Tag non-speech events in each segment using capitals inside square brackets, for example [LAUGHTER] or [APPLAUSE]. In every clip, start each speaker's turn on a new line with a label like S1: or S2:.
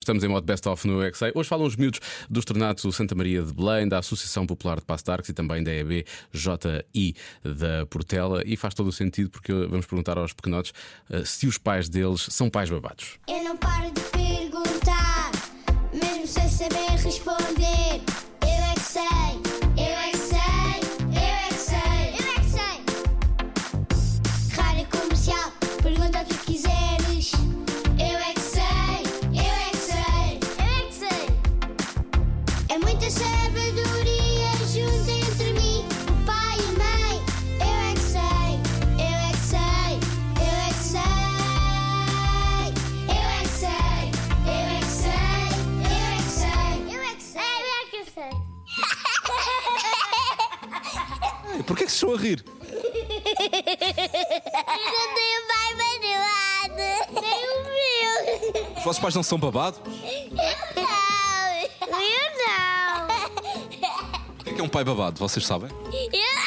S1: Estamos em modo best of no XA. Hoje falam os miúdos do Estrenato Santa Maria de Belém, da Associação Popular de Pastarques e também da EBJI da Portela. E faz todo o sentido porque vamos perguntar aos pequenotes eh, se os pais deles são pais babados.
S2: Eu não paro de perguntar, mesmo sem saber responder. Eu é que sei, eu é que sei, eu é que sei, eu é que sei. Rádio comercial, pergunta o que quiseres. Eu é que sei, eu é que sei, eu é que sei. É muita sabedoria junto entre mim, o pai e a mãe. Eu é que sei, eu é que sei, eu é que sei. Eu é que sei, eu é que sei, eu é que sei. Eu é que sei, eu é que sei.
S3: Porquê que se estão a rir?
S2: [LAUGHS] Eu tenho pai manuado. Nem o meu.
S3: Os vossos pais não são babados?
S2: Eu não. Eu não.
S3: O que é que é um pai babado? Vocês sabem?
S2: [LAUGHS] Eu...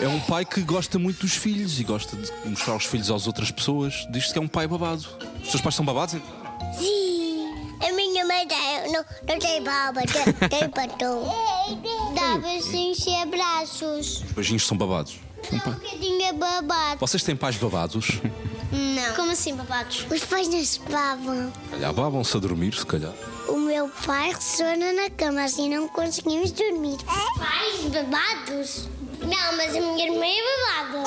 S3: É um pai que gosta muito dos filhos e gosta de mostrar os filhos às outras pessoas. Diz-se que é um pai babado. Os seus pais são babados?
S2: Sim. A minha mãe tem, não, não tem barba, tem, tem [LAUGHS] batom. Dá beijinhos e abraços.
S3: Os beijinhos são babados.
S2: Um bocadinho é babado.
S3: Vocês têm pais babados?
S2: Não. Como assim babados? Os pais não se bavam.
S3: Se calhar babam-se a dormir, se calhar.
S2: O meu pai ressona na cama, assim não conseguimos dormir. Pais babados? Não, mas a minha irmã é babada.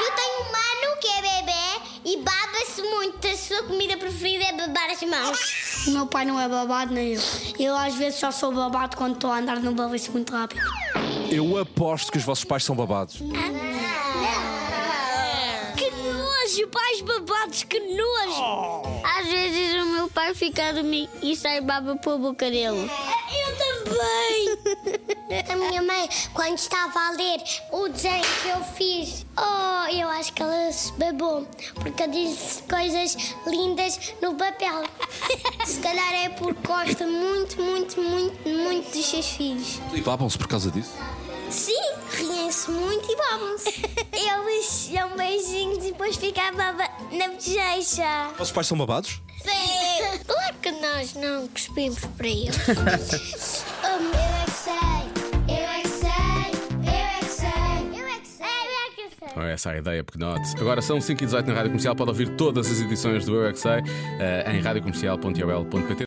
S2: Eu tenho um mano que é bebê e baba-se muito. A sua comida preferida é babar as mãos.
S4: O meu pai não é babado nem eu. Eu às vezes só sou babado quando estou a andar num balanço é muito rápido.
S3: Eu aposto que os vossos pais são babados.
S4: Que nojo, pais babados, que nojo!
S2: Às vezes o meu pai fica a dormir e sai baba para a boca dele.
S4: É, Eu também!
S2: [LAUGHS] A minha mãe, quando estava a ler o desenho que eu fiz, oh, eu acho que ela se babou, porque eu disse coisas lindas no papel. [LAUGHS] Se calhar é porque gosta muito, muito, muito, muito dos seus filhos.
S3: E babam-se por causa disso?
S2: Sim, riem-se muito e babam-se. Eles dão beijinhos e depois ficam a baba na bochecha.
S3: Os vossos pais são babados?
S2: Sim. Claro que nós não cuspimos para eles. eu é que sei, eu é que sei, eu é que sei, eu é que sei, eu é que sei.
S1: Ora, Essa é a ideia, pequenotes. Agora são 5h18 na Rádio Comercial. Pode ouvir todas as edições do Eu é Que Sei, eh, em radiocomercial.iol.pt.